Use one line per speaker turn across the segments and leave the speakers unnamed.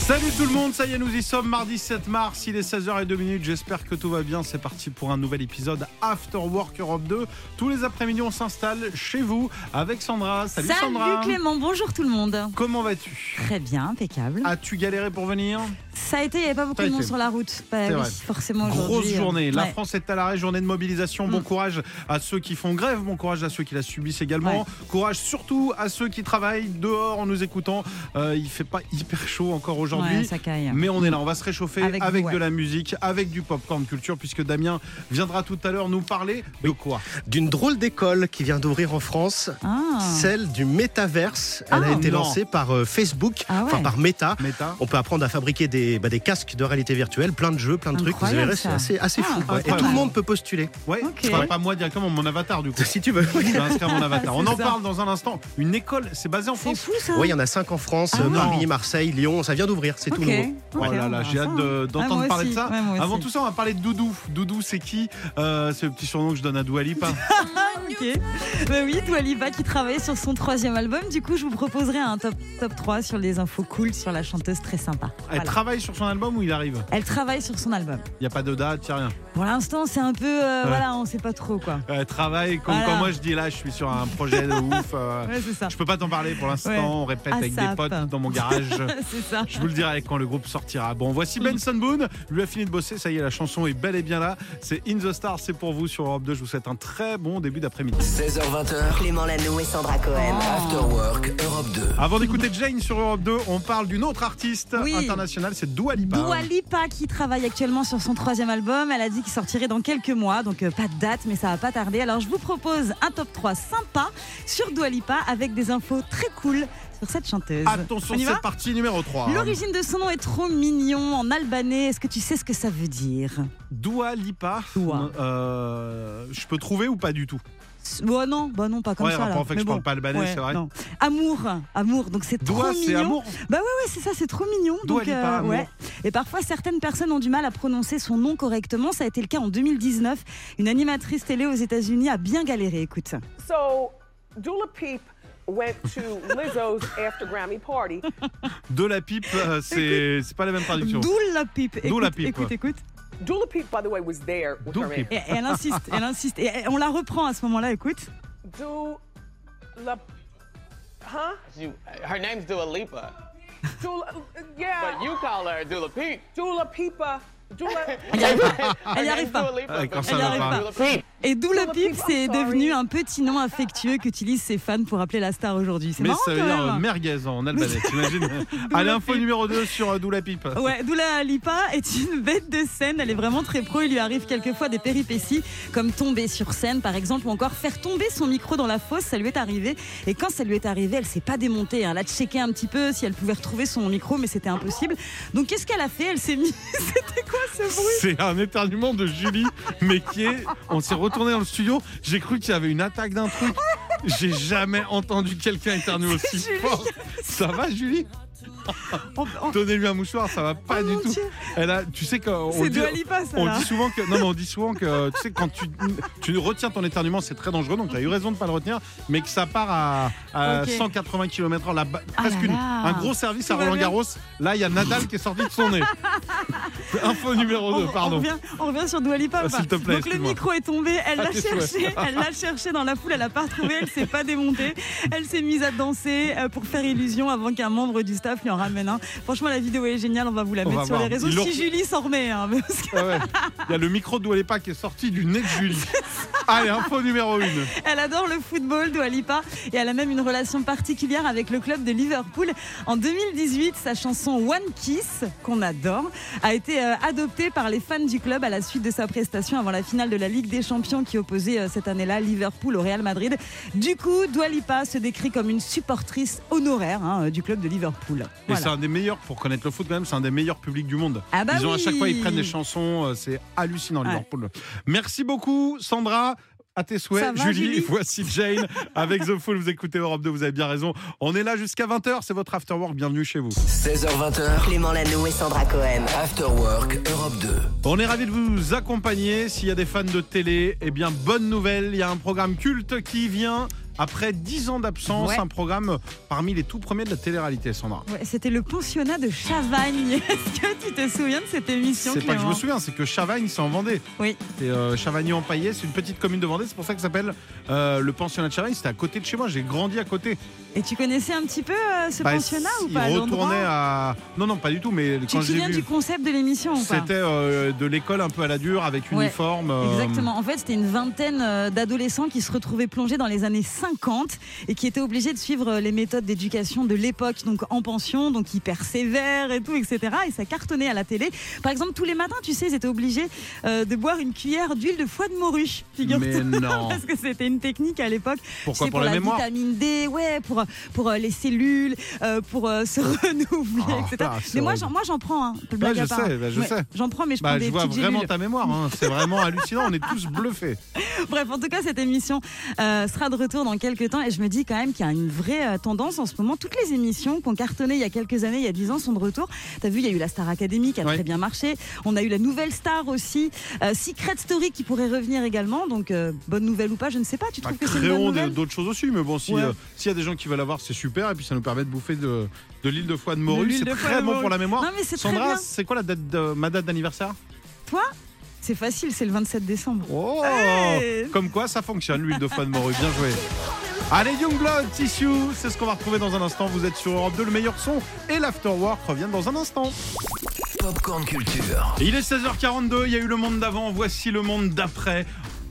Salut tout le monde, ça y est, nous y sommes, mardi 7 mars, il est 16h02, j'espère que tout va bien, c'est parti pour un nouvel épisode After Work Europe 2. Tous les après-midi, on s'installe chez vous avec Sandra. Salut, Sandra
Clément, bonjour tout le monde.
Comment vas-tu
Très bien, impeccable.
As-tu galéré pour venir
Ça a été, il n'y avait pas beaucoup
Ah. Ça a
de monde
été.
sur la route. Bah
C'est
oui,
vrai.
forcément aujourd'hui.
Grosse
euh,
journée, la
ouais. Mm.
France est à l'arrêt, journée de mobilisation, bon courage à ceux qui font grève, bon courage à ceux qui la subissent également,
Ouais.
courage surtout à ceux qui travaillent dehors en nous écoutant, Euh, il fait pas hyper chaud encore aujourd'hui,
Ouais, ça caille.
Mais on est là, on va se réchauffer avec,
Avec vous, ouais.
de la musique, avec du popcorn culture, puisque Damien viendra tout à l'heure nous parler de quoi
d'une drôle d'école qui vient d'ouvrir en France,
Ah.
celle du métaverse. Elle
Ah.
a été
Non.
lancée par euh, Facebook,
Ah ouais.
enfin par Meta.
Meta.
On peut apprendre à fabriquer des, bah, des casques de réalité virtuelle, plein de jeux, plein de trucs. Vous
Incroyable,
verrez,
ça.
c'est assez, assez fou.
Ah,
ouais. Et tout le
incroyable.
monde peut postuler,
Ouais,
Ok.
enfin, pas moi directement, mon avatar du coup.
si tu veux.
Je vais inscrire mon avatar. On en
ça.
parle dans un instant. Une école, c'est basé en
C'est
France
fou ça.
Oui, il y en a cinq en France,
Ah
euh,
ouais.
Paris, Marseille, Lyon, ça vient d'ouvrir, c'est
Ok,
tout nouveau.
ok,
Oh là
on
là,
verra
j'ai
ça.
hâte de-
Ouais,
d'entendre
moi
parler de
aussi.
ça.
Ouais, moi aussi.
Avant tout ça, on va parler de Doudou. Doudou, c'est qui Euh, C'est le petit surnom que je donne à Doualipa.
Ok. Bah oui, Dua Lipa qui travaille sur son troisième album. Du coup, je vous proposerai un top, top 3 sur les infos cool sur la chanteuse très sympa.
Elle
Voilà.
travaille sur son album ou il arrive
Elle travaille sur son album.
Il n'y a pas de date, il a rien.
Pour l'instant, c'est un peu. euh,
Ouais.
Voilà, on sait pas trop quoi.
Elle travaille, comme
Voilà.
quand moi je dis là, je suis sur un projet de ouf. euh,
Ouais, c'est ça.
Je peux pas t'en parler pour l'instant,
Ouais. Ah,
on répète avec des
ASAP.
potes dans mon garage.
c'est ça.
Je vous le dirai quand le groupe sortira. Bon, voici Benson Boone. Lui a fini de bosser. Ça y est, la chanson est bel et bien là. C'est In the Star, c'est pour vous sur Europe 2. Je vous souhaite un très bon début d'après-midi.
16h20h.
Clément Lano et Sandra Cohen.
After Work Europe 2.
Avant d'écouter Jane sur Europe 2, on parle d'une autre artiste
Oui.
internationale. C'est Dua Lipa.
Dua Lipa qui travaille actuellement sur son troisième album. Elle a dit qu'il sortirait dans quelques mois, donc euh, pas de date, mais ça va pas tarder. Alors je vous propose un top 3 sympa sur Dua Lipa avec des infos très cool sur cette chanteuse.
Attention,
On y va
c'est parti numéro 3.
L'origine de son nom est trop mignon en albanais. Est-ce que tu sais ce que ça veut dire
Dua Lipa.
Dua.
Euh, je peux trouver ou pas du tout
S- Bon non, bah non, pas comme
Ouais,
ça.
rapport
là.
au fait que
Mais
je
bon.
parle pas albanais,
Ouais,
c'est vrai.
non. Amour, amour. Donc c'est trop
Dua,
mignon.
c'est amour.
Bah ouais, ouais, c'est ça, c'est trop mignon.
Dua
Donc, euh,
Lipa, amour.
ouais. Et parfois, certaines personnes ont du mal à prononcer son nom correctement. Ça a été le cas en 2019. Une animatrice télé aux États-Unis a bien galéré. Écoute.
So Dula Peep went to Lizzo's after Grammy party.
De la pipe, euh, c'est c'est pas la même traduction.
D'où la pipe.
D'où
Écoute,
la pipe.
Écoute, écoute.
Dula Peep, by the way, was there with
Dula
her
Peep.
Et, et elle insiste, elle insiste. Et on la reprend à ce moment-là. Écoute.
aunt. Dula, huh?
You, her name's Dua Lipa,
Dula, yeah.
but you call her Dula Peep.
Dula Peepa. Dula.
Elle y arrive pas.
Her
Elle y arrive
name's
pas.
Dua Lipa,
Ouais,
but
quand ça
you
va
call
pas.
her Dula Peep.
Et d'où la
Dula
pipe,
Peep,
c'est
I'm sorry.
devenu un petit nom affectueux qu'utilisent ses fans pour appeler la star aujourd'hui. C'est
Mais
marrant
ça veut
quand
dire
même.
euh, merguez en albanais, t'imagines Allez, info numéro 2 sur euh, D'où la pipe.
Ouais, Doula Lipa est une bête de scène. Elle est vraiment très pro. Il lui arrive quelquefois des péripéties, comme tomber sur scène, par exemple, ou encore faire tomber son micro dans la fosse. Ça lui est arrivé. Et quand ça lui est arrivé, elle s'est pas démontée. hein. Elle a checké un petit peu si elle pouvait retrouver son micro, mais c'était impossible. Donc, qu'est-ce qu'elle a fait Elle s'est mise. c'était quoi ce bruit
C'est un éternuement de Julie, mais qui est. On s'est retourné dans le studio, j'ai cru qu'il y avait une attaque d'un truc. J'ai jamais entendu quelqu'un éternuer aussi
Julie
fort. Ça va, Julie
Oh, oh,
Donnez-lui un mouchoir, ça va pas
oh
du
mon
tout.
Dieu.
Elle a, tu sais qu'on
C'est
dit,
Dua Lipa, ça.
on
là.
dit souvent que. Non, mais on dit souvent que. Tu sais, quand tu, tu retiens ton éternuement, c'est très dangereux, donc tu as eu raison de pas le retenir, mais que ça part à, à
Ok.
180 km/h, la ba-
Ah
presque
là
une-
là.
un gros service à
Tout va
Roland
bien.
Garros. Là, il y a Nadal qui est sorti de son nez. Info numéro 2,
on,
pardon.
On revient, on revient sur Dua Lipa.
Ah,
ou pas
s'il te plaît,
Donc le
excuse-moi.
micro est tombé, elle
Ah,
l'a
tes
cherché, elle l'a cherché dans la foule, elle l'a pas retrouvé, elle s'est pas démontée. Elle s'est mise à danser euh, pour faire illusion avant qu'un membre du staff lui en ramène un. Franchement, la vidéo est géniale, on va vous la
On va
mettre sur
voir.
les réseaux
Ils l'ont-
si Julie s'en remet. hein, parce que
Ah ouais. Il y a le micro de Doualépa qui est sorti du nez de Julie. Allez, info numéro 1.
Elle adore le football, Dua Lipa, et elle a même une relation particulière avec le club de Liverpool. En 2018, sa chanson One Kiss, qu'on adore, a été euh, adoptée par les fans du club à la suite de sa prestation avant la finale de la Ligue des Champions qui opposait euh, cette année-là Liverpool au Real Madrid. Du coup, Dua Lipa se décrit comme une supportrice honoraire hein, euh, du club de Liverpool.
Et
Voilà.
c'est un des meilleurs, pour connaître le foot quand même, c'est un des meilleurs publics du monde.
Ah bah
ils ont à
oui.
chaque fois, ils prennent des chansons, euh, c'est hallucinant
Ouais.
Liverpool. Merci beaucoup Sandra. à tes souhaits,
Ça va, Julie
Voici Jane avec The Fool. Vous écoutez Europe 2, vous avez bien raison. On est là jusqu'à 20h, c'est votre After Work. Bienvenue chez vous.
16h20h,
Clément Lano et Sandra Cohen.
After Work Europe 2.
On est ravis de vous accompagner. S'il y a des fans de télé, eh bien, bonne nouvelle. Il y a un programme culte qui vient après 10 ans d'absence.
Ouais.
Un programme parmi les tout premiers de la télé-réalité, Sandra.
Ouais, C'était le pensionnat de Chavagne. Est-ce que tu te souviens de cette émission
C'est pas que je
Clément
me souviens, c'est que Chavagne, c'est en Vendée.
Oui.
C'est euh, Chavagny-en-Paillé, c'est une petite commune de Vendée. C'est pour ça que ça s'appelle euh, le pensionnat de Chavagne. C'était à côté de chez moi, j'ai grandi à côté.
Et tu connaissais un petit peu euh, ce
Bah,
pensionnat ou
il
pas l'endroit
retournait à. Non, non, pas du tout, mais
Tu
quand
te
j'ai
souviens
vu.
du concept de l'émission ou pas
C'était euh, de l'école un peu à la dure avec
Ouais,
uniforme. euh,
Exactement. En fait, c'était une vingtaine euh, d'adolescents qui se retrouvaient plongés dans les années 50 et qui étaient obligés de suivre euh, les méthodes d'éducation de l'époque, donc en pension, donc ils persévèrent et tout, etc. Et ça cartonnait à la télé. Par exemple, tous les matins, tu sais, ils étaient obligés euh, de boire une cuillère d'huile de foie de morue,
Mais
figure-toi.
non.
Parce que c'était une technique à l'époque.
Pourquoi
C'est
Pour
pour,
la
la
mémoire
vitamine D, ouais, pour, pour euh, les cellules, euh, pour euh, se renouveler,
Ah,
etc.
c'est
Mais moi,
horrible.
j'en, moi, j'en prends, hein, blague
je
à part.
sais, bah, je
Ouais,
sais.
J'en prends, mais je prends
Bah,
des
je vois
petites
vraiment
gélules.
ta mémoire, hein. c'est vraiment hallucinant, on est tous bluffés.
Bref, en tout cas, cette émission euh, sera de retour dans quelques temps et je me dis quand même qu'il y a une vraie euh, tendance en ce moment. Toutes les émissions qu'on cartonnait il y a quelques années, il y a 10 ans, sont de retour. T'as vu, il y a eu la Star Academy qui a
Ouais.
très bien marché. On a eu la Nouvelle Star aussi. Euh, Secret Story qui pourrait revenir également. Donc, euh, bonne nouvelle ou pas, je ne sais pas. Tu
Bah,
trouves que c'est une bonne
créons des-
nouvelle
d'autres choses aussi, mais bon, si,
Ouais.
euh, s'il y a des gens qui veulent avoir, c'est super, et puis ça nous permet de bouffer de, de l'île de foie de morue,
l'huile
c'est
de foie
très
de
bon
morue.
pour la mémoire.
Non, mais c'est très
Sandra,
bien.
c'est quoi la date de, ma date d'anniversaire
Toi, c'est facile, c'est le 27 décembre.
Oh
Hey
Comme quoi, ça fonctionne, l'huile de foie de morue, bien joué. Allez, Youngblood, Tissue, c'est ce qu'on va retrouver dans un instant. Vous êtes sur Europe 2, le meilleur son, et l'Afterwork revient dans un instant.
Popcorn Culture.
Il est 16h42, il y a eu le monde d'avant, voici le monde d'après.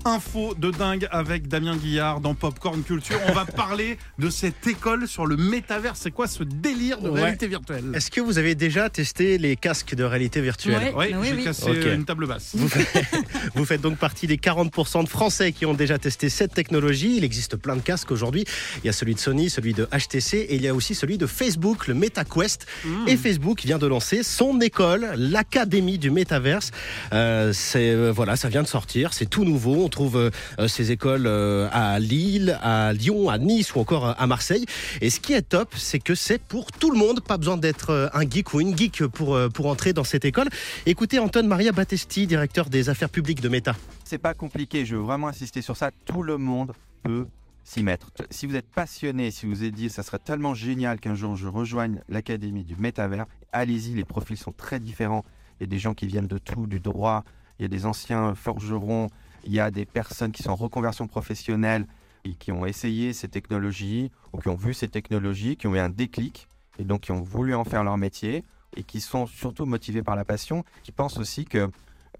Info de dingue avec Damien Guillard dans Popcorn Culture. On va parler de cette école sur le métavers. C'est quoi ce délire de
Ouais.
réalité virtuelle
Est-ce que vous avez déjà testé les casques de réalité virtuelle
Ouais.
Oui,
Oui,
j'ai
oui.
cassé
Ok.
euh, une table basse.
Vous faites donc partie des 40% de Français qui ont déjà testé cette technologie. Il existe plein de casques aujourd'hui. Il y a celui de Sony, celui de HTC et il y a aussi celui de Facebook, le MetaQuest. Et Facebook vient de lancer son école, l'Académie du Métaverse. Euh, c'est euh, voilà, ça vient de sortir, c'est tout nouveau. On trouve euh, euh, ces écoles euh, à Lille, à Lyon, à Nice ou encore euh, à Marseille. Et ce qui est top, c'est que c'est pour tout le monde. Pas besoin d'être euh, un geek ou une geek pour, euh, pour entrer dans cette école. Écoutez Anton Maria Battesti, directeur des affaires publiques de Meta.
C'est pas compliqué, je veux vraiment insister sur ça. Tout le monde peut s'y mettre. Si vous êtes passionné, si vous vous êtes dit ça serait tellement génial qu'un jour je rejoigne l'académie du métavers, allez-y, les profils sont très différents. Il y a des gens qui viennent de tout, du droit, il y a des anciens forgerons, il y a des personnes qui sont en reconversion professionnelle et qui ont essayé ces technologies ou qui ont vu ces technologies, qui ont eu un déclic et donc qui ont voulu en faire leur métier et qui sont surtout motivés par la passion, qui pensent aussi que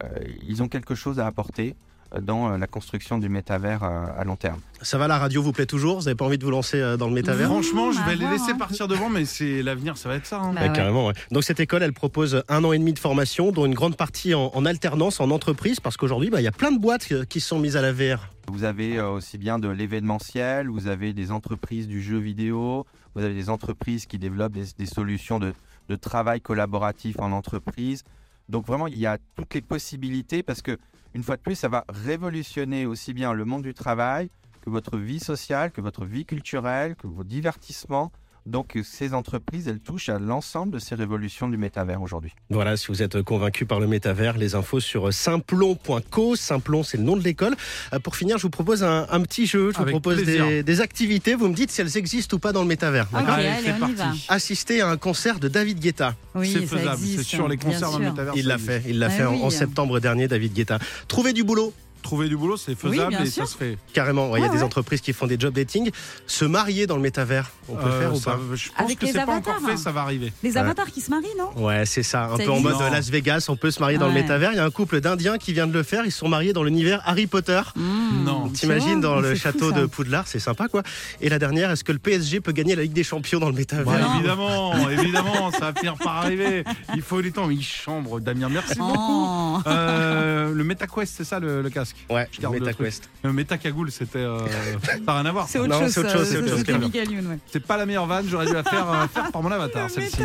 euh, ils ont quelque chose à apporter euh, dans euh, la construction du métavers euh, à long terme.
Ça va, la radio vous plaît toujours Vous n'avez pas envie de vous lancer euh, dans le Métaverse
Franchement, je
Mmh,
vais
à
les
voir,
laisser
hein.
partir devant, mais c'est l'avenir, ça va être ça. hein.
Bah,
Ouais,
ouais.
Carrément, ouais. Donc cette école, elle propose un an et demi de formation, dont une grande partie en, en alternance, en entreprise, parce qu'aujourd'hui, bah, il y a plein de boîtes euh, qui se sont mises à la VR.
Vous avez euh, aussi bien de l'événementiel, vous avez des entreprises du jeu vidéo, vous avez des entreprises qui développent des, des solutions de, de travail collaboratif en entreprise. Donc vraiment, il y a toutes les possibilités parce que, une fois de plus, ça va révolutionner aussi bien le monde du travail que votre vie sociale, que votre vie culturelle, que vos divertissements. Donc euh, ces entreprises, elles touchent à l'ensemble de ces révolutions du métavers aujourd'hui.
Voilà, si vous êtes convaincu par le métavers, les infos sur simplon.co. Simplon, c'est le nom de l'école. Euh, Pour finir, je vous propose un, un petit jeu. Je vous
Avec
propose
plaisir.
des, des activités. Vous me dites si elles existent ou pas dans le métavers.
Ah,
d'accord
Ok, allez,
c'est
on y va.
parti.
Assister à un concert de David Guetta.
Oui,
c'est
ça
faisable, c'est
existe,
sûr, les
bien
concerts dans le
sûr.
métavers.
Il
ça
l'a
existe.
fait, il l'a
Ah
fait en-
oui.
en septembre dernier, David Guetta. Trouver du boulot,
Trouver du boulot, c'est
Oui,
faisable
bien
et
sûr.
ça se fait.
carrément. Ouais, Il y a
Ouais,
des
ouais.
entreprises qui font des job dating. Se marier dans le métavers, on peut le
Euh,
faire ou
ça-
pas
Je pense
Avec
que
les
c'est pas encore
avatars,
fait,
hein.
ça va arriver.
Les avatars qui se marient, non
Ouais, c'est ça. Un
Ça
peu en mode
existe.
Non.
Las Vegas, on peut se marier dans le
Ouais.
métavers. Il y a un couple d'Indiens qui vient de le faire. Ils se sont mariés dans l'univers Harry Potter.
Hmm.
Non.
Tu
T'imagines
vois,
dans
mais
le
c'est fou,
château
ça.
de Poudlard, c'est sympa quoi. Et la dernière, est-ce que le PSG peut gagner la Ligue des Champions dans le
Bah,
métavers
Non.
évidemment, évidemment, ça va finir par arriver. Il faut du temps. Il chambre, Damien. Merci beaucoup.
Oh.
Euh, le MetaQuest, c'est ça le, le casque casque.
Ouais,
Je garde le
MetaQuest.
Euh, Meta Cagoule, c'était. euh, ça n'a rien à voir.
C'est autre
Non,
chose.
c'est autre
ça,
chose, c'est
ça,
autre chose,
c'était
Caroline.
Michael Youn, ouais.
C'est pas la meilleure vanne, j'aurais dû la faire, euh, faire par mon avatar, celle-ci.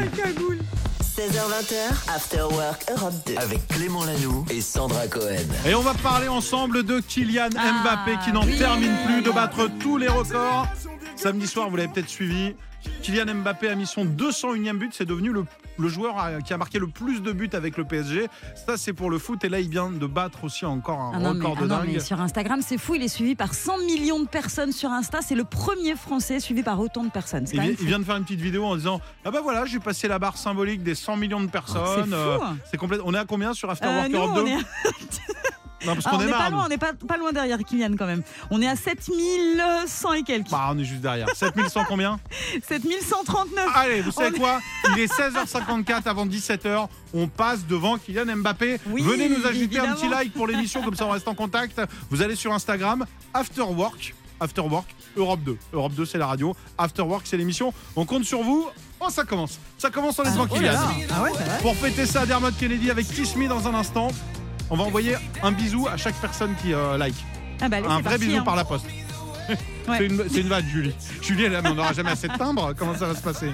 16h20h, After Work Europe 2.
Avec Clément Lanoux et Sandra Cohen.
Et on va parler ensemble de Kylian
Ah,
Mbappé qui n'en termine plus de battre tous les records. Samedi soir, vous l'avez peut-être suivi, Kylian Mbappé a mis son 201e but. C'est devenu le, le joueur à- qui a marqué le plus de buts avec le PSG. Ça, c'est pour le foot. Et là, il vient de battre aussi encore un
Ah non, mais,
record
ah
de
non,
dingue.
mais sur Instagram, c'est fou. Il est suivi par 100 millions de personnes sur Insta. C'est le premier Français suivi par autant de personnes. C'est
Il,
quand même
vient- il
fou.
vient de faire une petite vidéo en disant Ah bah voilà, j'ai passé la barre symbolique des 100 millions de
Ah, C'est
personnes.
fou. hein.
Euh, C'est complet. On est à combien sur After
Euh,
Work
nous,
Europe 2
on est,
Non, parce
ah,
qu'on
on
est
est pas
marre. nous.
loin, on est pas, pas loin derrière Kylian quand même. On est à 7100 et quelques.
Bah, on est juste derrière. 7100 combien
7139.
Allez, vous savez
On est-
quoi Il est 16h54 avant 17h. On passe devant Kylian Mbappé.
Oui,
Venez nous ajouter un
évidemment.
petit like pour l'émission, comme ça on reste en contact. Vous allez sur Instagram, Afterwork, Afterwork, Europe 2. Europe 2, c'est la radio. Afterwork, c'est l'émission. On compte sur vous. Oh, ça commence. Ça commence en laissant
oh là
Kylian.
là. Ah ouais,
pour fêter ça, Dermot Kennedy avec Kiss Me dans un instant. On va envoyer un bisou à chaque personne qui euh, like.
Ah bah allez,
Un
c'est
vrai
parti,
bisou
hein.
par la poste. C'est
Ouais.
une, c'est une vanne, Julie. Julie, elle, mais on n'aura jamais assez de timbre. Comment ça va se passer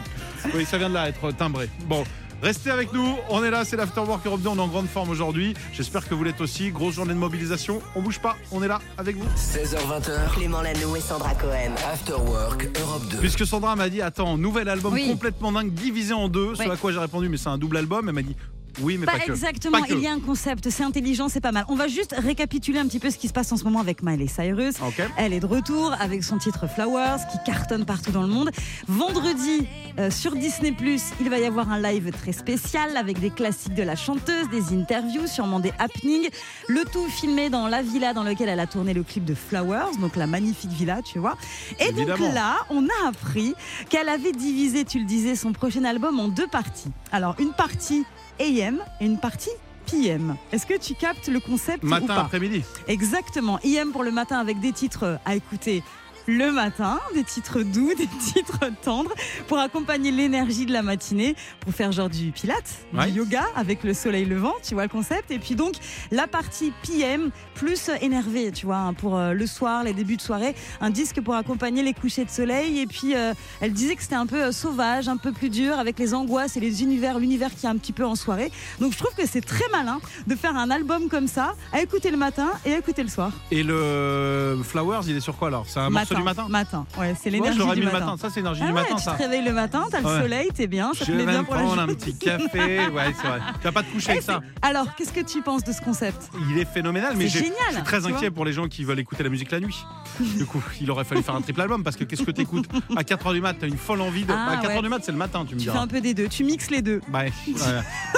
Oui, ça vient de là, être timbré. Bon, restez avec nous. On est là, c'est l'Afterwork Europe 2. On est en grande forme aujourd'hui. J'espère que vous l'êtes aussi. Grosse journée de mobilisation. On bouge pas, on est là avec vous.
16h20h,
Clément Lanoux et Sandra Cohen.
After Work Europe 2.
Puisque Sandra m'a dit Attends, nouvel album
Oui.
complètement dingue, divisé en deux. Ce
Ouais.
à quoi j'ai répondu Mais c'est un double album. Elle m'a dit Oui, mais pas,
Pas
que.
Bah, exactement,
Pas que.
il y a un concept, c'est intelligent, c'est pas mal. On va juste récapituler un petit peu ce qui se passe en ce moment avec Miley Cyrus.
Ok.
Elle est de retour avec son titre Flowers qui cartonne partout dans le monde. Vendredi euh, sur Disney ⁇ il va y avoir un live très spécial avec des classiques de la chanteuse, des interviews, sûrement des happenings. Le tout filmé dans la villa dans laquelle elle a tourné le clip de Flowers, donc la magnifique villa, tu vois. Et
Évidemment.
donc là, on a appris qu'elle avait divisé, tu le disais, son prochain album en deux parties. Alors une partie AM et une partie... PM. Est-ce que tu captes le concept ou
Matin,
pas
après-midi.
Exactement. IM pour le matin avec des titres à écouter le matin, des titres doux, des titres tendres, pour accompagner l'énergie de la matinée, pour faire genre du pilate,
Ouais.
du yoga avec le soleil levant, tu vois le concept. Et puis donc la partie PM plus énervé, tu vois, hein, pour euh, le soir, les débuts de soirée, un disque pour accompagner les couchers de soleil. Et puis euh, elle disait que c'était un peu euh, sauvage, un peu plus dur, avec les angoisses et les univers, l'univers qui est un petit peu en soirée. Donc je trouve que c'est très malin de faire un album comme ça, à écouter le matin et à écouter le soir.
Et le Flowers, il est sur quoi alors C'est un Ah, morceau du matin
Matin, ouais, c'est
Ouais,
l'énergie
je l'aurais
du
mis le
matin.
matin. Ça, c'est l'énergie
Ah
du
ouais,
matin,
tu
ça.
te réveilles le matin, t'as
Ouais.
le soleil, t'es bien, ça
Je
te plaît
vais
bien
me
pour la
prendre un
journée. Eh,
petit café. Ouais, c'est vrai. T'as pas de coucher avec ça.
Alors, qu'est-ce que tu penses de ce concept
Il est phénoménal, mais
C'est
j'ai-
génial,
je suis très
tu
inquiet
vois.
pour les gens qui veulent écouter la musique la nuit. Du coup, il aurait fallu faire un triple album parce que qu'est-ce que t'écoutes À 4h du mat, t'as une folle envie de.
Ah,
à 4h
ouais.
du mat, c'est le matin, tu me
Tu fais
diras. Bah,
un peu des deux, tu mixes les deux.
Ouais, ouais.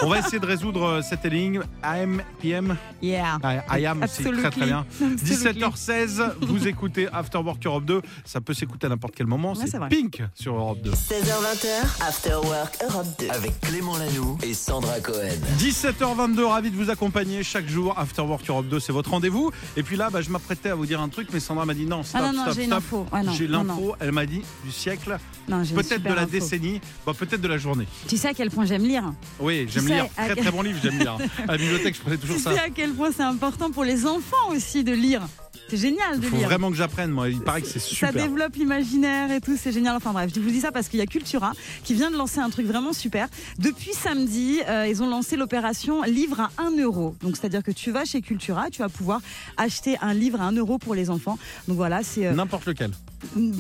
On va essayer de résoudre euh, cette énigme. AM, PM,
Yeah.
ouais, bah, I am, c'est
Absolutely.
très très bien.
Absolutely.
17h16, vous écoutez After Work Europe 2. Ça peut s'écouter à n'importe quel moment.
Ouais,
c'est
c'est vrai.
Pink sur Europe 2.
16h20h, After Work Europe 2.
Avec Clément Lanoux et Sandra Cohen.
17h22, ravi de vous accompagner chaque jour. After Work Europe 2, c'est votre rendez-vous. Et puis là, bah, je m'apprêtais à vous dire un truc, mais Sandra m'a dit non, stop,
Ah non, non,
stop,
j'ai une
stop.
info. Ouais, non,
j'ai
non,
l'info, elle m'a dit du siècle,
Non, j'ai une
peut-être
super
de la
info.
décennie, bah, peut-être de la journée.
Tu sais à quel point j'aime lire
Oui, j'aime
sais,
lire.
à-
Très très bon livre, j'aime lire. À la bibliothèque, je prenais toujours
Tu
ça.
sais à quel point c'est important pour les enfants aussi de lire. C'est génial
Il
de
faut
lire.
vraiment que j'apprenne, moi. Il paraît que c'est
Ça
super.
développe l'imaginaire et tout, c'est génial. Enfin bref, je vous dis ça parce qu'il y a Cultura qui vient de lancer un truc vraiment super. Depuis samedi, euh, ils ont lancé l'opération livre à 1 euro. Donc c'est-à-dire que tu vas chez Cultura, tu vas pouvoir acheter un livre à 1 euro pour les enfants. Donc voilà, c'est euh,
N'importe lequel.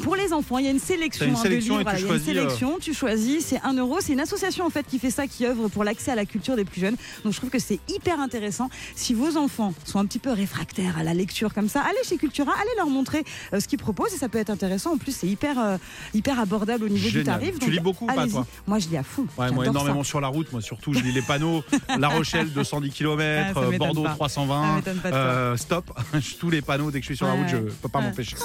pour les enfants, il y a une sélection,
T'as une
hein,
sélection et
de livres.
tu
Il y a une
choisis, euh,
sélection, tu choisis, c'est 1 euro. C'est une association en fait qui fait ça, qui œuvre pour l'accès à la culture des plus jeunes. Donc je trouve que c'est hyper intéressant. Si vos enfants sont un petit peu réfractaires à la lecture comme ça, allez chez Cultura, allez leur montrer euh, ce qu'ils proposent et ça peut être intéressant. En plus, c'est hyper, euh, hyper abordable au niveau
Génial.
du tarif.
Tu
Donc,
lis beaucoup ou pas,
allez-y.
toi
Moi, je lis à fond.
Ouais, moi,
J'adore
énormément
ça.
sur la route, moi, surtout. Je lis les panneaux. La Rochelle, 210 km.
Ah, ça m'étonne
Bordeaux,
pas. Ça
320.
m'étonne pas de
euh, stop. Je- Tous les panneaux, dès que je suis sur la
Ouais,
route, je
ouais.
peux pas
Ouais.
m'empêcher.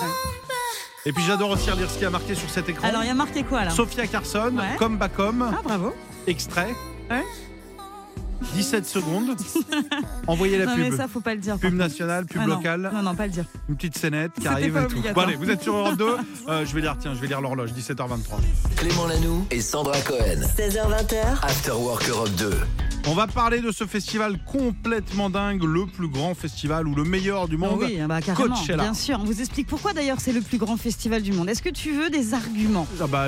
Et puis, j'adore aussi relire ce qui a marqué sur cet écran.
Alors, il y a marqué quoi là
Sophia Carson,
Ouais.
comme Bacom,
Ah, bravo.
extrait.
Ouais.
17 secondes. Envoyez la
non, mais
pub.
ça, faut pas le dire. par
Pub
contre.
nationale, pub
Ah, non.
locale,
Non, non, pas le dire.
une petite scénette qui
C'était
arrive et
pas
tout. Bon,
obligatoire.
allez, vous êtes sur Europe 2. Euh, je vais lire, tiens, je vais lire l'horloge, 17h23.
Clément Lanoux et Sandra Cohen.
16h20h,
After Work Europe 2.
On va parler de ce festival complètement dingue, le plus grand festival ou le meilleur du
Ah
monde.
oui, ah bah, carrément,
Coachella.
bien sûr. On vous explique pourquoi d'ailleurs c'est le plus grand festival du monde. Est-ce que tu veux des arguments
Ah bah,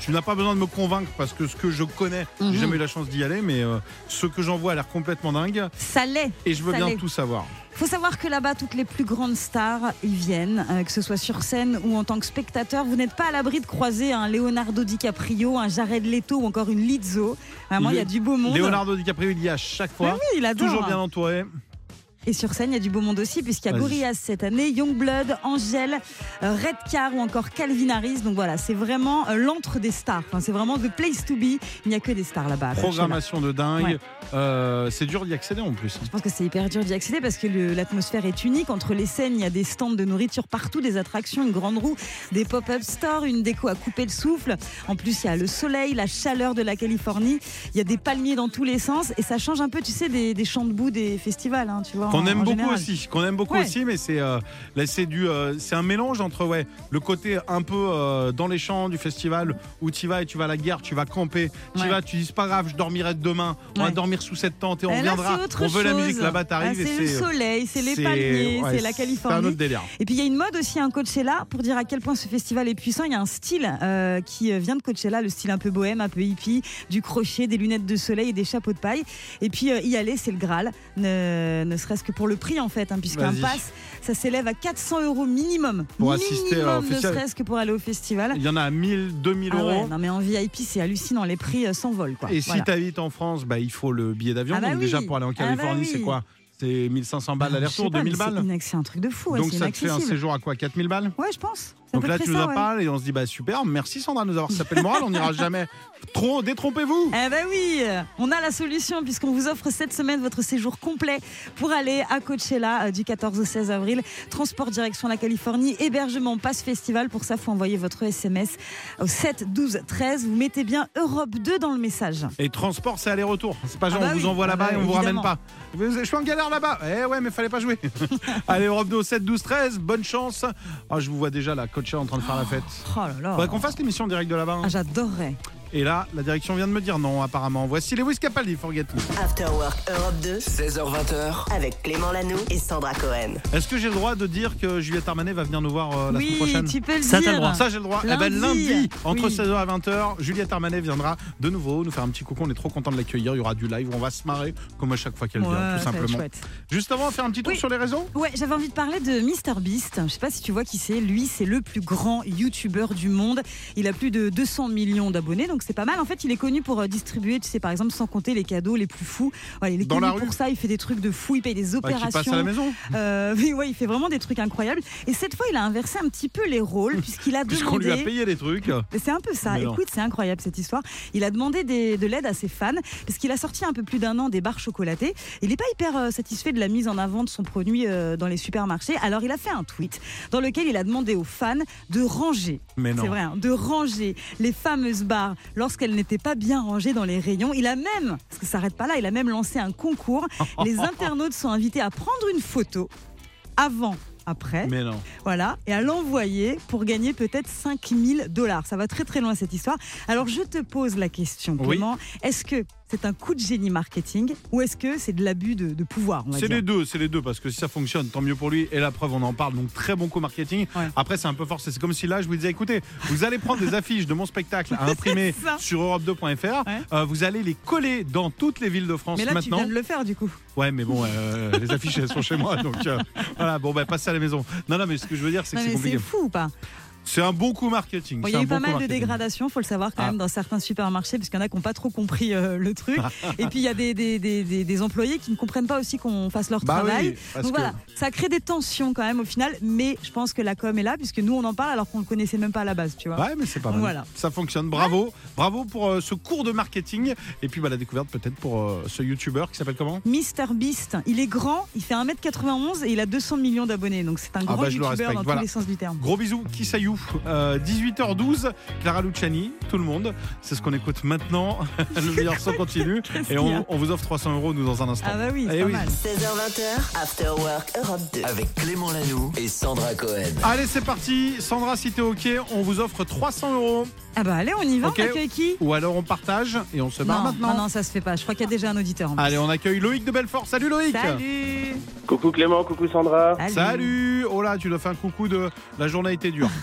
tu n'as pas besoin de me convaincre parce que ce que je connais,
Mhm.
j'ai jamais eu la chance d'y aller, mais euh, ce que j'en vois a l'air complètement dingue
Ça l'est.
et je veux
Ça
bien
l'est.
tout savoir.
faut savoir que là-bas, toutes les plus grandes stars y viennent, euh, que ce soit sur scène ou en tant que spectateur. Vous n'êtes pas à l'abri de croiser un Leonardo DiCaprio, un Jared Leto ou encore une Lizzo. Vraiment, il y a du beau monde.
Leonardo DiCaprio, il y a à chaque
Mais
fois.
oui, il adore.
Toujours bien entouré.
Et sur scène, il y a du beau monde aussi, puisqu'il y a
Vas-y.
Gorillaz cette année, Youngblood, Angèle, euh, Redcar ou encore Calvin Harris. Donc voilà, c'est vraiment euh, l'antre des stars. Enfin, c'est vraiment the place to be. Il n'y a que des stars là-bas. à Coachella.
Programmation de dingue.
Ouais.
Euh, c'est dur d'y accéder en plus.
Je pense que c'est hyper dur d'y accéder parce que le- l'atmosphère est unique. Entre les scènes, il y a des stands de nourriture partout, des attractions, une grande roue, des pop-up stores, une déco à couper le souffle. En plus, il y a le soleil, la chaleur de la Californie. Il y a des palmiers dans tous les sens et ça change un peu, tu sais, des, des champs de boue des festivals. hein, tu vois.
Qu'on
en-
aime
en
beaucoup
général.
aussi, qu'on aime beaucoup
Ouais.
aussi, mais c'est euh, là c'est du euh, c'est un mélange entre ouais le côté un peu euh, dans les champs du festival où tu vas et tu vas à la guerre, tu vas camper, tu
Ouais.
vas, tu dis c'est pas grave, je dormirai demain, on va
Ouais.
dormir sous cette tente et on
Eh là,
reviendra.
c'est autre
On veut la
chose.
musique là-bas, t'arrives
Ah,
et euh,
C'est le soleil, c'est les
ouais,
palmiers, c'est la
C'est un
Californie.
autre délire.
Et puis il y a une mode aussi, un Coachella, pour dire à quel point ce festival est puissant. Il y a un style euh, qui euh, vient de Coachella, le style un peu bohème, un peu hippie, du crochet, des lunettes de soleil et des chapeaux de paille. Et puis euh, y aller, c'est le Graal, ne, ne serait-ce que pour le prix en fait, hein, puisqu'un
Vas-y.
pass, ça s'élève à 400 euros minimum.
Pour
minimum,
assister, euh, au
ne
festival.
serait-ce que pour aller au festival.
Il y en a à 1000, 2000
Ah
euros.
ouais, non mais en VIP, c'est hallucinant, les prix euh, s'envolent quoi.
Et si
Voilà.
t'habites en France, bah, il faut le billet d'avion.
Ah bah
donc
oui.
déjà pour aller en
Ah bah
Californie, c'est
oui.
quoi C'est 1500 balles
Je sais
aller-retour,
pas, mais
2000
c'est
balles.
inac- C'est un truc de fou, ouais,
Donc
c'est
ça te fait un
inaccessible.
séjour à quoi 4000 balles
Ouais, je pense. C'est à
Donc
peu
là,
près
tu nous
ça,
en
ouais.
parles et on se dit, bah super, merci Sandra de nous avoir sapé le moral, on n'ira jamais trop, détrompez-vous
Eh ben oui, on a la solution puisqu'on vous offre cette semaine votre séjour complet pour aller à Coachella euh, du 14 au 16 avril. Transport direction la Californie, hébergement, passe festival. Pour ça, faut envoyer votre SMS au 7 12 13. Vous mettez bien Europe 2 dans le message.
Et transport, c'est aller-retour. C'est pas genre,
Ah bah
on vous
oui.
envoie
Ah
là-bas
bah
et on vous ramène
évidemment.
pas. Vous- Je suis en galère là-bas. Eh ouais, mais fallait pas jouer. Allez, Europe 2 au 7, 12, 13, bonne chance. Ah, je vous vois déjà, la coach en train de faire la fête.
Oh là là.
Faudrait qu'on fasse l'émission en direct de là-bas. hein.
Ah, J'adorerais.
Et là, la direction vient de me dire non, apparemment. Voici les Wiz Capaldi, Forget Me.
After Work Europe 2
16h20h,
avec Clément Lanoux et Sandra Cohen.
Est-ce que j'ai le droit de dire que Juliette Armanet va venir nous voir euh, la
Oui,
semaine prochaine
tu peux le
Ça, t'as
dire.
le droit. Ça, j'ai le droit. Eh ben,
Lundi.
lundi, entre
Oui.
16h et 20h, Juliette Armanet viendra de nouveau nous faire un petit coucou. On est trop content de l'accueillir. Il y aura du live. On va se marrer, comme à chaque fois qu'elle
Ouais,
vient, tout
ça va être
simplement.
chouette.
Juste avant, on va faire un petit tour
Oui.
sur les réseaux
Ouais, j'avais envie de parler de Mr Beast. Je sais pas si tu vois qui c'est. Lui, c'est le plus grand youtubeur du monde. Il a plus de 200 millions d'abonnés, donc c'est pas mal. En fait, il est connu pour euh, distribuer, tu sais, par exemple, sans compter les cadeaux les plus fous. Voilà, il est
Dans
connu
la
pour
rue
ça. Il fait des trucs de fou. Il paye des
bah, qui passent
opérations.
à la maison.
Euh, mais ouais, il fait vraiment des trucs incroyables. Et cette fois, il a inversé un petit peu les rôles puisqu'il a
Puisqu'on
demandé.
lui a payé des trucs.
Mais C'est un peu ça.
Mais non.
Écoute, c'est incroyable cette histoire. Il a demandé des- de l'aide à ses fans parce qu'il a sorti un peu plus d'un an des barres chocolatées. Il n'est pas hyper euh, satisfait de la mise en avant de son produit euh, dans les supermarchés. Alors il a fait un tweet dans lequel il a demandé aux fans de ranger.
Mais non.
C'est vrai, hein, de ranger les fameuses barres lorsqu'elles n'étaient pas bien rangées dans les rayons. Il a même, parce que ça s'arrête pas là, il a même lancé un concours. les internautes sont invités à prendre une photo avant, après.
Mais non.
Voilà, et à l'envoyer pour gagner peut-être 5000 dollars. Ça va très très loin cette histoire. Alors je te pose la question,
Oui.
Clément. Est-ce que c'est un coup de génie marketing ou est-ce que c'est de l'abus de, de pouvoir on va
C'est
dire
les deux, c'est les deux, parce que si ça fonctionne, tant mieux pour lui. Et la preuve, on en parle. Donc très bon co-marketing.
Ouais.
Après, c'est un peu forcé. C'est comme si là, je vous disais, écoutez, vous allez prendre des affiches de mon spectacle à imprimer
ça.
sur europe2.fr.
Ouais.
Euh, vous allez les coller dans toutes les villes de France
Mais là, tu
maintenant.
viens de le faire du coup.
Ouais, mais bon, euh, les affiches, elles sont chez moi. Donc euh, voilà, bon, ben passez à la maison. Non, non, mais ce que je veux dire, c'est que
Non,
c'est
mais c'est
compliqué.
fou ou pas
C'est un bon coup marketing.
Bon,
c'est
Il y a
un
eu
bon
pas
coup
mal de
marketing.
dégradations, faut le savoir quand
Ah.
même, dans certains supermarchés, parce qu'il y en a qui n'ont pas trop compris euh, le truc. Et puis il y a des, des- des- des- des employés qui ne comprennent pas aussi qu'on fasse leur
Bah
travail.
oui, parce
Donc
que-
voilà, ça crée des tensions quand même au final, mais je pense que la com est là, puisque nous on en parle alors qu'on ne le connaissait même pas à la base, tu vois.
Ouais, mais c'est pas mal.
Voilà.
Ça fonctionne. Bravo. Bravo pour euh, ce cours de marketing. Et puis, bah, la découverte peut-être pour euh, ce youtubeur qui s'appelle comment
Mister Beast, il est grand, il fait 1m91 et il a 200 millions d'abonnés. Donc c'est un grand
bah, je le
youtubeur
respecte,
dans
voilà.
tous les sens du terme.
Gros bisous, Kisayou. Euh, 18h12, Clara Luciani, tout le monde. C'est ce qu'on écoute maintenant. le meilleur son continue.
Qu'est-ce
Et
qu'il y a
on, on vous offre 300 euros, nous, dans un instant.
Ah bah oui, c'est
Eh
pas
oui.
mal.
16h20h, After Work Europe 2.
avec Clément Lanoux et Sandra Cohen.
Allez, c'est parti. Sandra, si t'es OK, on vous offre 300 euros.
Ah bah allez, on y va,
Ok.
on accueille qui
Ou alors on partage et on se barre
non, Ah
maintenant. Ah,
non, non, ça se fait pas. Je crois qu'il y a déjà un auditeur en plus.
Allez, on accueille Loïc de Belfort. Salut Loïc
Salut
Coucou Clément, coucou Sandra.
Salut Oh là, tu dois faire un coucou de la journée a été dure.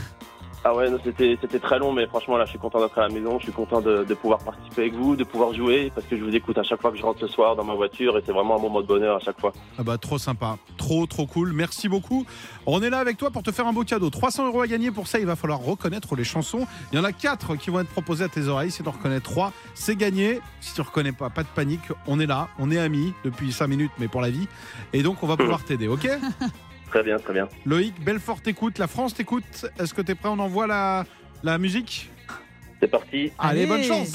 Ah ouais, non, c'était c'était très long, mais franchement, là, je suis content d'être à la maison. Je suis content de, de pouvoir participer avec vous, de pouvoir jouer, parce que je vous écoute à chaque fois que je rentre ce soir dans ma voiture, et c'est vraiment un moment de bonheur à chaque fois.
Ah bah trop sympa, trop trop cool, merci beaucoup. On est là avec toi pour te faire un beau cadeau. 300 euros à gagner, pour ça il va falloir reconnaître les chansons. Il y en a 4 qui vont être proposées à tes oreilles, si tu en reconnais 3, c'est gagné. Si tu reconnais pas, pas de panique, on est là, on est amis depuis 5 minutes, mais pour la vie. Et donc on va pouvoir t'aider, ok
Très bien, très bien.
Loïc, Belfort t'écoute, la France t'écoute. Est-ce que t'es prêt On envoie la, la musique
C'est parti.
Allez,
Allez.
bonne chance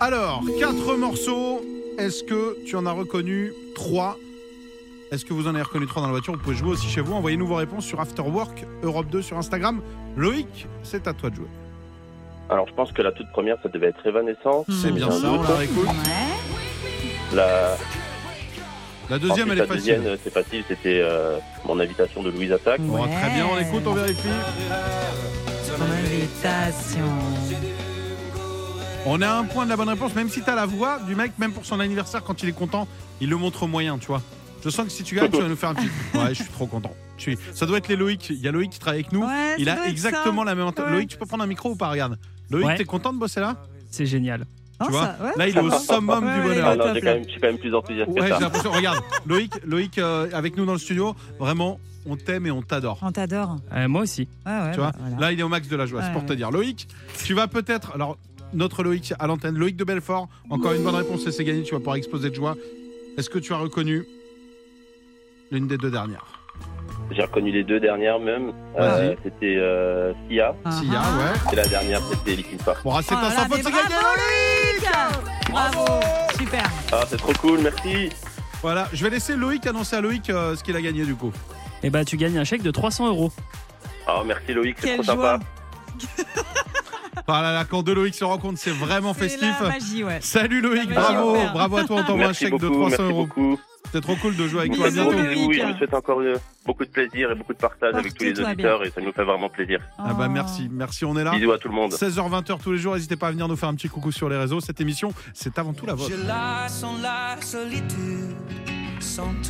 Alors, quatre morceaux. Est-ce que tu en as reconnu trois Est-ce que vous en avez reconnu trois dans la voiture Vous pouvez jouer aussi chez vous. Envoyez-nous vos réponses sur Afterwork Europe 2 sur Instagram. Loïc, c'est à toi de jouer.
Alors, je pense que la toute première, ça devait être Evanescence.
C'est bien ça, on la réécoute.
Ouais.
La
La
ensuite,
deuxième, elle est
la
facile.
deuxième, euh, c'est facile, c'était euh, mon invitation de Louise Attaque.
Bon,
Ouais.
très bien, on écoute, on vérifie.
Ton invitation.
On a un point de la bonne réponse, même si t'as la voix du mec, même pour son anniversaire, quand il est content, il le montre au moyen, tu vois. Je sens que si tu gagnes, tu vas nous faire un petit. Ouais, je suis trop content. Je suis... Ça doit être les Loïc. Il y a Loïc qui travaille avec nous.
Ouais,
Il
ça doit
a
être
exactement la même.
Ouais.
Loïc, tu peux prendre un micro ou pas Regarde. Loïc,
Ouais.
t'es content de bosser là
C'est génial.
ça.
Tu
Non,
vois
Oh, ça, ouais.
Là, il est au summum
Ouais,
du
ouais,
Ah
bonheur.
ouais.
non,
top,
j'ai
là.
quand même, je suis quand même plus enthousiaste
Ouais,
que
j'ai
ça.
l'impression. Regarde, Loïc, Loïc euh, avec nous dans le studio, vraiment, on t'aime et on t'adore.
On t'adore.
Euh, moi aussi.
Ouais, ouais,
Tu vois
bah, voilà.
Là, il est au max de la joie, c'est
Ouais,
pour te
ouais.
dire. Loïc, tu vas peut-être. Alors, notre Loïc à l'antenne, Loïc de Belfort, encore une bonne réponse et c'est gagné, tu vas pouvoir exploser de joie. Est-ce que tu as reconnu l'une des deux dernières
J'ai reconnu les deux dernières même.
Vas-y.
Euh, c'était euh, Sia,
Ah,
Si,
ah.
hein, ouais.
et la dernière, c'était Linkin Park.
Bon, ah, c'est
Oh
un
là là,
sans faute,
mais
c'est
bravo,
gagné
Loïc Bravo Super
Ah, c'est trop cool, merci.
Voilà, je vais laisser Loïc annoncer à Loïc euh, ce qu'il a gagné du coup.
Et bah, tu gagnes un chèque de 300 euros.
Ah, merci Loïc, c'est
Quelle
trop
joie
sympa.
Ah là là, quand deux Loïc se rencontrent, c'est vraiment
C'est
festif.
la magie, ouais.
Salut Loïc,
La magie
bravo,
offerte.
bravo à toi, on t'envoie un
Merci
chèque de
beaucoup,
300
merci
euros.
beaucoup.
C'était trop cool de jouer avec
Vous
toi, à
faites gros
bientôt.
bisous et je
Loïc.
vous souhaite encore euh, beaucoup de plaisir et beaucoup de partage avec tous les
Porte-toi bien.
auditeurs et ça nous fait vraiment plaisir.
Ah bah merci, merci, on est là.
Bisous à tout le monde.
16h20h tous les jours, n'hésitez pas à venir nous faire un petit coucou sur les réseaux. Cette émission, c'est avant tout la vôtre.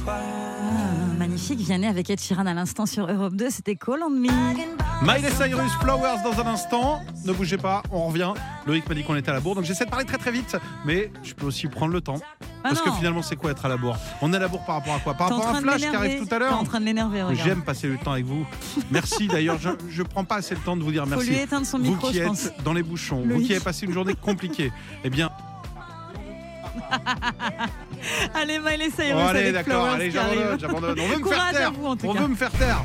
Ah, magnifique, Vianney avec Ed Sheeran à l'instant sur Europe 2, c'était Call on Me.
Ah, Miley Cyrus Flowers dans un instant. Ne bougez pas, on revient. Loïc m'a dit qu'on était à la bourre, donc j'essaie de parler très très vite, mais je peux aussi prendre le temps.
Ah
parce que
non.
finalement, c'est quoi être à la bourre On est à la bourre par rapport à quoi Par
T'es en
rapport à
train
un
de
flash qui
m'énerver.
arrive tout à
T'es en
l'heure
train de l'énerver, regarde.
J'aime passer le temps avec vous. Merci d'ailleurs, je, je prends pas assez le temps de vous dire
Faut
merci.
lui éteindre son
vous
micro,
qui
je
êtes
pense.
dans les bouchons, vous
Loïc.
qui avez passé une journée compliquée, eh bien,
Allez, Miley Cyrus
oh, allez,
avec
d'accord,
Flowers
allez,
qui arrive.
j'abandonne, j'abandonne. On veut me faire
Courage à
taire.
vous, en tout
On
cas.
veut me faire taire.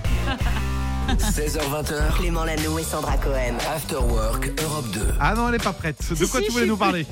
16h20h,
Clément Lano et Sandra Cohen.
After Work Europe 2.
Ah non, elle est pas prête. De quoi tu
si, je
voulais
suis
nous parler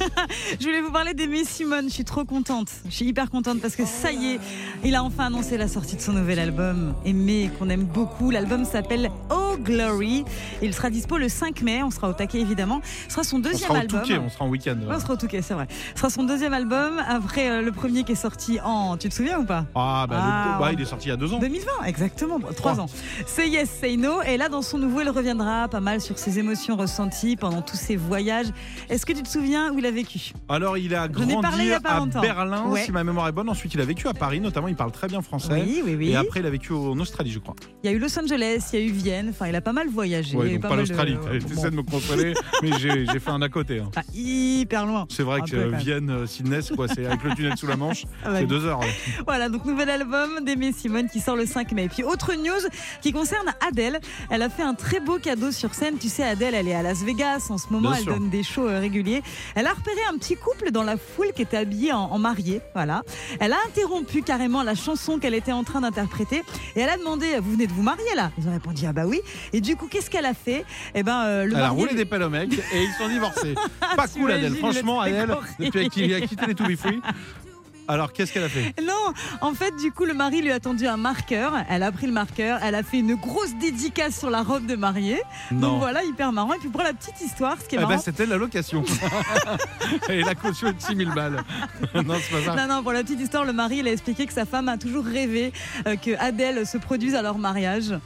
Je voulais vous parler d'Aimé Simone, je suis trop contente. Je suis hyper contente parce que ça y est, il a enfin annoncé la sortie de son nouvel album, Aimé, qu'on aime beaucoup. L'album s'appelle Oh Glory. Il sera dispo le 5 mai, on sera au taquet évidemment. Ce sera son
On
deuxième
sera au
album.
Touquet, on sera en week-end.
Ouais, on sera au Touquet, c'est vrai. Ce sera son deuxième album après euh, le premier qui est sorti en. Tu te souviens ou pas
Ah, bah, le-
Ah,
bah,
ouais.
il est sorti il y a deux ans.
2020, exactement, bon, trois
Trois.
ans. C'est Yes, Say No. Et là, dans son nouveau, il reviendra pas mal sur ses émotions ressenties pendant tous ses voyages. Est-ce que tu te souviens où il a vécu
Alors, il a
J'en ai parlé il
grandi
y a pas
à
longtemps.
Berlin,
Ouais.
si ma mémoire est bonne. Ensuite, il a vécu à Paris, notamment, il parle très bien français.
Oui, oui, oui.
Et après, il a vécu en Australie, je crois.
Il y a eu Los Angeles, il y a eu Vienne. Enfin, il a pas mal voyagé. il y
Ouais,
a eu
donc pas
mal
l'Australie.
de- Oh,
Elle
bon,
essaie de me consoler, mais j'ai j'ai fait un à côté. hein.
pas hyper loin.
C'est vrai
Un
que
peu,
euh,
quand même.
Vienne, euh, Sydney, c'est quoi, c'est avec le tunnel sous la Manche,
Ah, bah,
c'est deux heures. ouais.
Voilà, donc nouvel album d'Aimé Simone qui sort le 5 mai. Et puis autre news qui concerne Adèle. Elle a fait un très beau cadeau sur scène. Tu sais, Adèle, elle est à Las Vegas en ce moment.
Bien
elle
sûr.
donne des shows euh, réguliers. Elle a repéré un petit couple dans la foule qui était habillé en, en marié. Voilà. Elle a interrompu carrément la chanson qu'elle était en train d'interpréter et elle a demandé Vous venez de vous marier là Ils ont répondu Ah bah oui. Et du coup, qu'est-ce qu'elle a fait Eh ben, euh, le
Elle a
marié
roulé
lui-
des pelles au mec et ils sont divorcés. Pas cool,
T'imagines
Adèle.
le
Franchement,
truc
Adèle,
horrible.
depuis qu'il a quitté les To Be Free. Alors, qu'est-ce qu'elle a fait
Non, en fait, du coup, le mari lui a tendu un marqueur. Elle a pris le marqueur, elle a fait une grosse dédicace sur la robe de mariée.
Non.
Donc voilà, hyper marrant. Et puis pour la petite histoire, ce qui est
Eh ben,
marrant.
c'était la location. et la caution est de 6000 balles. non, c'est pas ça.
non, non, pour la petite histoire, le mari, il a expliqué que sa femme a toujours rêvé euh, que Adèle se produise à leur mariage.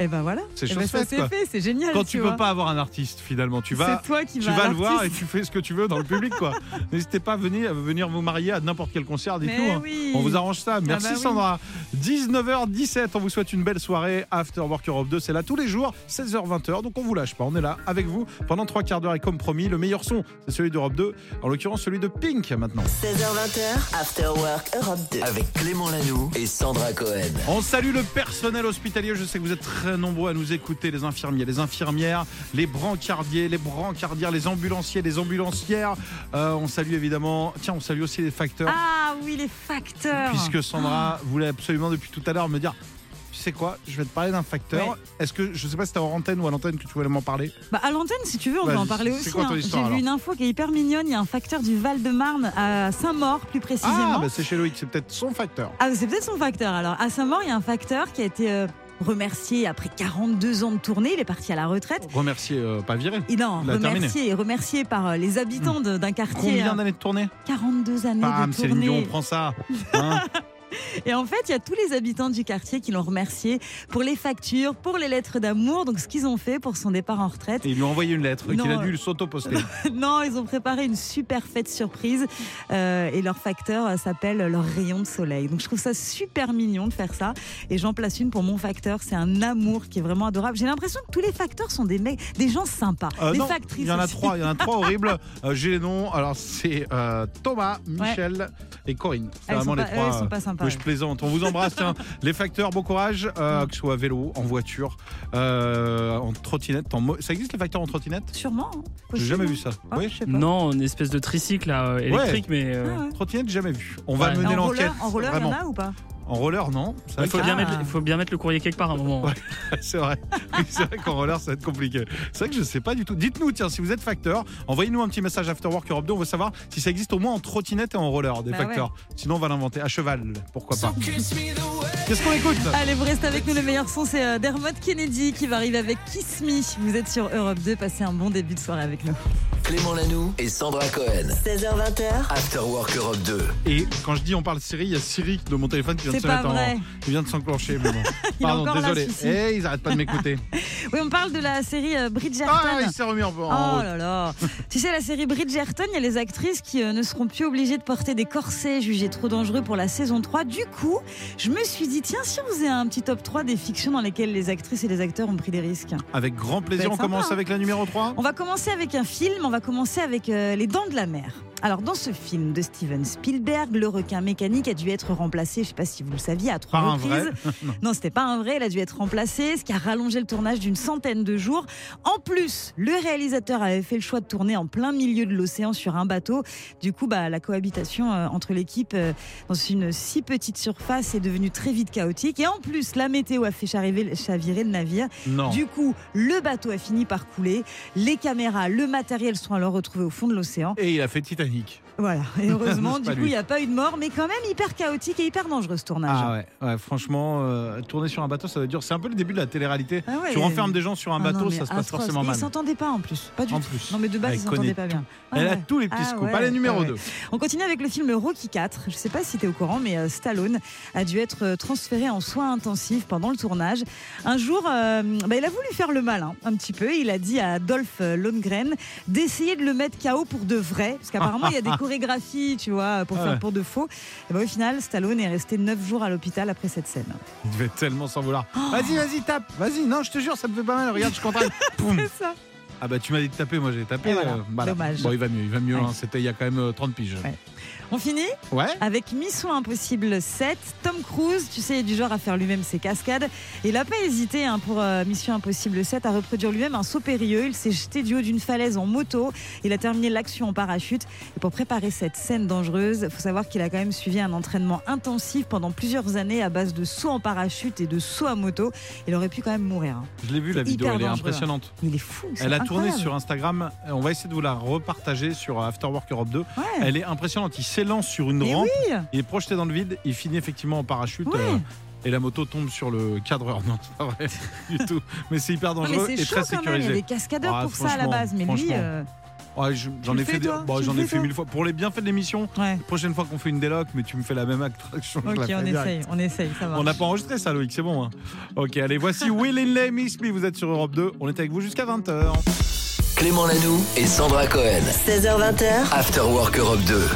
Et ben voilà.
C'est
Eh
chose
ben, ça
faite,
s'est
quoi.
fait, c'est génial.
Quand tu peux
vois.
pas avoir un artiste, finalement, tu vas.
C'est toi qui
Tu
vas à
vas le voir et
l'artiste.
tu fais ce que tu veux dans le public, quoi. N'hésitez pas à venir, à venir vous marier à n'importe quel concert, dites-nous.
Mais
hein.
oui.
On vous arrange ça. Merci
bah oui.
Sandra. 19h17, on vous souhaite une belle soirée. After Work Europe 2, c'est là tous les jours, 16h-20h. Donc on vous lâche pas, on est là avec vous pendant trois quarts d'heure. Et comme promis, le meilleur son, c'est celui d'Europe 2, en l'occurrence celui de Pink maintenant.
16h20h, After Work Europe 2.
Avec Clément Lanoux et Sandra Cohen.
On salue le personnel hospitalier. Je sais que vous êtes très nombreux à nous écouter, les infirmiers, les infirmières, les brancardiers, les brancardières, les ambulanciers, les ambulancières. Euh, on salue évidemment. Tiens, on salue aussi les facteurs,
Ah oui, les facteurs.
puisque
Ah.
Sandra voulait absolument depuis tout à l'heure me dire. Tu sais quoi Je vais te parler d'un facteur.
Ouais.
Est-ce que je sais pas si c'était hors antenne ou à l'antenne que tu voulais m'en parler
Bah, à l'antenne, si tu veux, on peut
Vas-y,
en parler
c'est
aussi.
quoi ton
hein.
histoire,
J'ai
alors
vu une info qui est hyper mignonne. Il y a un facteur du Val-de-Marne à Saint-Maur, plus précisément.
Ah, bah c'est chez Loïc, c'est peut-être son facteur.
Ah, c'est peut-être son facteur. Alors, à Saint-Maur, il y a un facteur qui a été euh, remercié après 42 ans de tournée. Il est parti à la retraite.
Remercier, euh, pas viré.
Et non,
Il a terminé.
remercié, remercié par euh, les habitants de- d'un quartier.
Combien
hein,
d'années de tournée
42 années
Bam,
de
Céline Dion, on
tournée.
prend ça. Hein
Et en fait, il y a tous les habitants du quartier qui l'ont remercié pour les factures, pour les lettres d'amour, donc ce qu'ils ont fait pour son départ en retraite.
Et il lui a envoyé une lettre
Non,
qu'il a
euh,
dû s'auto-poster.
Non, ils ont préparé une super fête surprise euh, et leur facteur euh, s'appelle leur rayon de soleil. Donc je trouve ça super mignon de faire ça et j'en place une pour mon facteur. C'est un amour qui est vraiment adorable. J'ai l'impression que tous les facteurs sont des mecs, des gens sympas,
Euh,
des
non,
factrices.
Il y en a
aussi.
trois, il y en a trois horribles. Euh, J'ai les noms. Alors c'est euh, Thomas, Michel et Corinne. C'est
Elles
vraiment
sont
les
pas-
trois.
elles sont
euh,
pas sympas,
que je
elles.
plaisante. On vous embrasse. tiens. Les facteurs, bon courage. euh,
Mm.
que ce soit à vélo, en voiture, euh, en trottinette. En mo- ça existe les facteurs en trottinette
Sûrement. hein.
J'ai jamais vu ça.
Ah,
Oui.
je sais pas.
Non, une espèce de tricycle là, euh, électrique, mais euh,
Ah ouais.
Trottinette, jamais vu. On va
Ouais.
Et
mener
En
l'enquête.
roller, en roller, il y en
Vraiment.
a ou pas
En roller, non. C'est vrai
il faut
Ah.
bien, mettre, il faut bien mettre le courrier quelque
Ah,
part à un moment.
Ouais. C'est vrai. Oui, c'est vrai qu'en roller, ça va être compliqué. C'est vrai que je ne sais pas du tout. Dites-nous, tiens, si vous êtes facteur, envoyez-nous un petit message After Work Europe 2. On veut savoir si ça existe au moins en trottinette et en roller, des
Bah
facteurs. Sinon, on va l'inventer. À cheval, pourquoi pas. Qu'est-ce qu'on écoute
Allez, vous restez avec nous. Le meilleur son, c'est euh, Dermot Kennedy qui va arriver avec Kiss Me. Vous êtes sur Europe 2. Passez un bon début de soirée avec nous.
Clément Lanoux et Sandra Cohen.
16h20h,
After Work Europe 2.
Et quand je dis on parle Siri, il y a Siri de mon téléphone qui vient de
C'est
se
pas
mettre en-
vrai.
qui vient de s'enclencher. mais bon.
Il est
Pardon,
encore là,
désolé.
Sissi.
Eh, ils arrêtent pas de m'écouter.
Oui, on parle de la série euh, Bridgerton.
ah, il s'est remis en, en
Oh
route.
là là Tu sais, la série Bridgerton, il y a les actrices qui euh, ne seront plus obligées de porter des corsets jugés trop dangereux pour la saison 3. Du coup, je me suis dit, tiens, si on faisait un petit top 3 des fictions dans lesquelles les actrices et les acteurs ont pris des risques.
Avec grand
Ça
plaisir,
va
on
être
commence
sympa, hein.
avec la numéro 3.
On va commencer avec un film, on va commencer avec euh, Les Dents de la Mer. Alors, dans ce film de Steven Spielberg, le requin mécanique a dû être remplacé, je ne sais pas si vous le saviez, à trois
Par un
reprises.
vrai.
Non, c'était pas un vrai, il a dû être remplacé, ce qui a rallongé le tournage d'une centaine de jours. En plus, le réalisateur avait fait le choix de tourner en plein milieu de l'océan sur un bateau. Du coup, bah, la cohabitation euh, entre l'équipe euh, dans une si petite surface est devenue très vite chaotique. Et en plus, la météo a fait chariver- chavirer le navire.
Non.
Du coup, le bateau a fini par couler. Les caméras, le matériel sont alors retrouvés au fond de l'océan.
Et il a fait Titanic.
Voilà. Et heureusement,
C'est
du
pas
coup,
lui.
il n'y a pas eu de mort, mais quand même hyper chaotique et hyper dangereux ce tournage.
Ah ouais, ouais, franchement, euh, tourner sur un bateau, ça doit être dur. C'est un peu le début de la télé-réalité.
Ah ouais,
tu
et-
renfermes des gens sur un
Ah
bateau,
non, mais
ça se passe
atroce.
forcément
Et
mal.
Ils s'entendaient pas en plus, pas du
En
tout.
plus.
Non mais de base
Elle
ils s'entendaient
connaît
pas bien. Ah
Elle a
ouais.
tous les petits
Ah
scoops.
ouais,
Allez, numéro
ah ouais.
2.
On continue avec le film Rocky 4. Je sais pas si tu es au courant mais euh, Stallone a dû être euh, transféré en soins intensifs pendant le tournage. Un jour euh, bah, il a voulu faire le malin un petit peu, il a dit à Adolphe Lundgren d'essayer de le mettre KO pour de vrai parce qu'apparemment il y a des chorégraphies, tu vois, pour
Ah ouais.
faire pour de faux. Et bah, au final, Stallone est resté 9 jours à l'hôpital après cette scène.
Il devait tellement s'en vouloir.
Oh.
Vas-y, vas-y, tape. Vas-y, non, je te jure, ça me fait pas mal. Regarde, je contracte. Poum.
C'est ça.
Ah bah tu m'as dit de taper, moi j'ai tapé.
Et Eh voilà.
euh, voilà.
Dommage.
Bon, il va mieux, il va mieux.
Ouais.
hein. C'était il y a quand même euh, 30 piges.
Ouais. On finit
Ouais.
avec Mission Impossible 7. Tom Cruise, tu sais, est du genre à faire lui-même ses cascades. Et il n'a pas hésité hein, pour euh, Mission Impossible 7 à reproduire lui-même un saut périlleux. Il s'est jeté du haut d'une falaise en moto. Il a terminé l'action en parachute. Et pour préparer cette scène dangereuse, il faut savoir qu'il a quand même suivi un entraînement intensif pendant plusieurs années à base de sauts en parachute et de sauts à moto. Il aurait pu quand même mourir. hein.
Je l'ai vu la
C'est
vidéo,
hyper
elle est
dangereux.
impressionnante.
Mais Il est fou. c'est
Elle a tourné
incroyable.
sur Instagram. Euh, On va essayer de vous la repartager sur euh, Afterwork Europe 2.
Ouais.
Elle est impressionnante. Il s'élance sur une
Mais
rampe.
oui.
Il est projeté dans le vide. Il finit effectivement en parachute. euh,
Ouais.
et la moto tombe sur le cadreur. Non, c'est pas vrai du tout. Mais c'est hyper
Non, mais
dangereux
c'est
et
chaud
très
quand même. Il y a
sécurisé.
des cascadeurs
Ah,
pour ça à la
franchement,
base. Mais lui.
franchement.
euh,
Ouais, je- j'en
Tu
ai
le
fait,
fais,
des-
toi
bon,
Tu le
j'en ai
fais,
fait
toi
mille fois. Pour les bienfaits de l'émission,
ouais.
la prochaine fois qu'on fait une déloc, mais tu me fais la même attraction. je
Ok,
la fais
on
direct.
essaye, on essaye, ça marche.
On n'a pas enregistré ça, Loïc, c'est bon. hein. Ok, allez, voici Will Inlay, Miss Me. Vous êtes sur Europe 2. On est avec vous jusqu'à 20h.
Clément Lanoux et Sandra Cohen.
16h20h,
After Work Europe 2.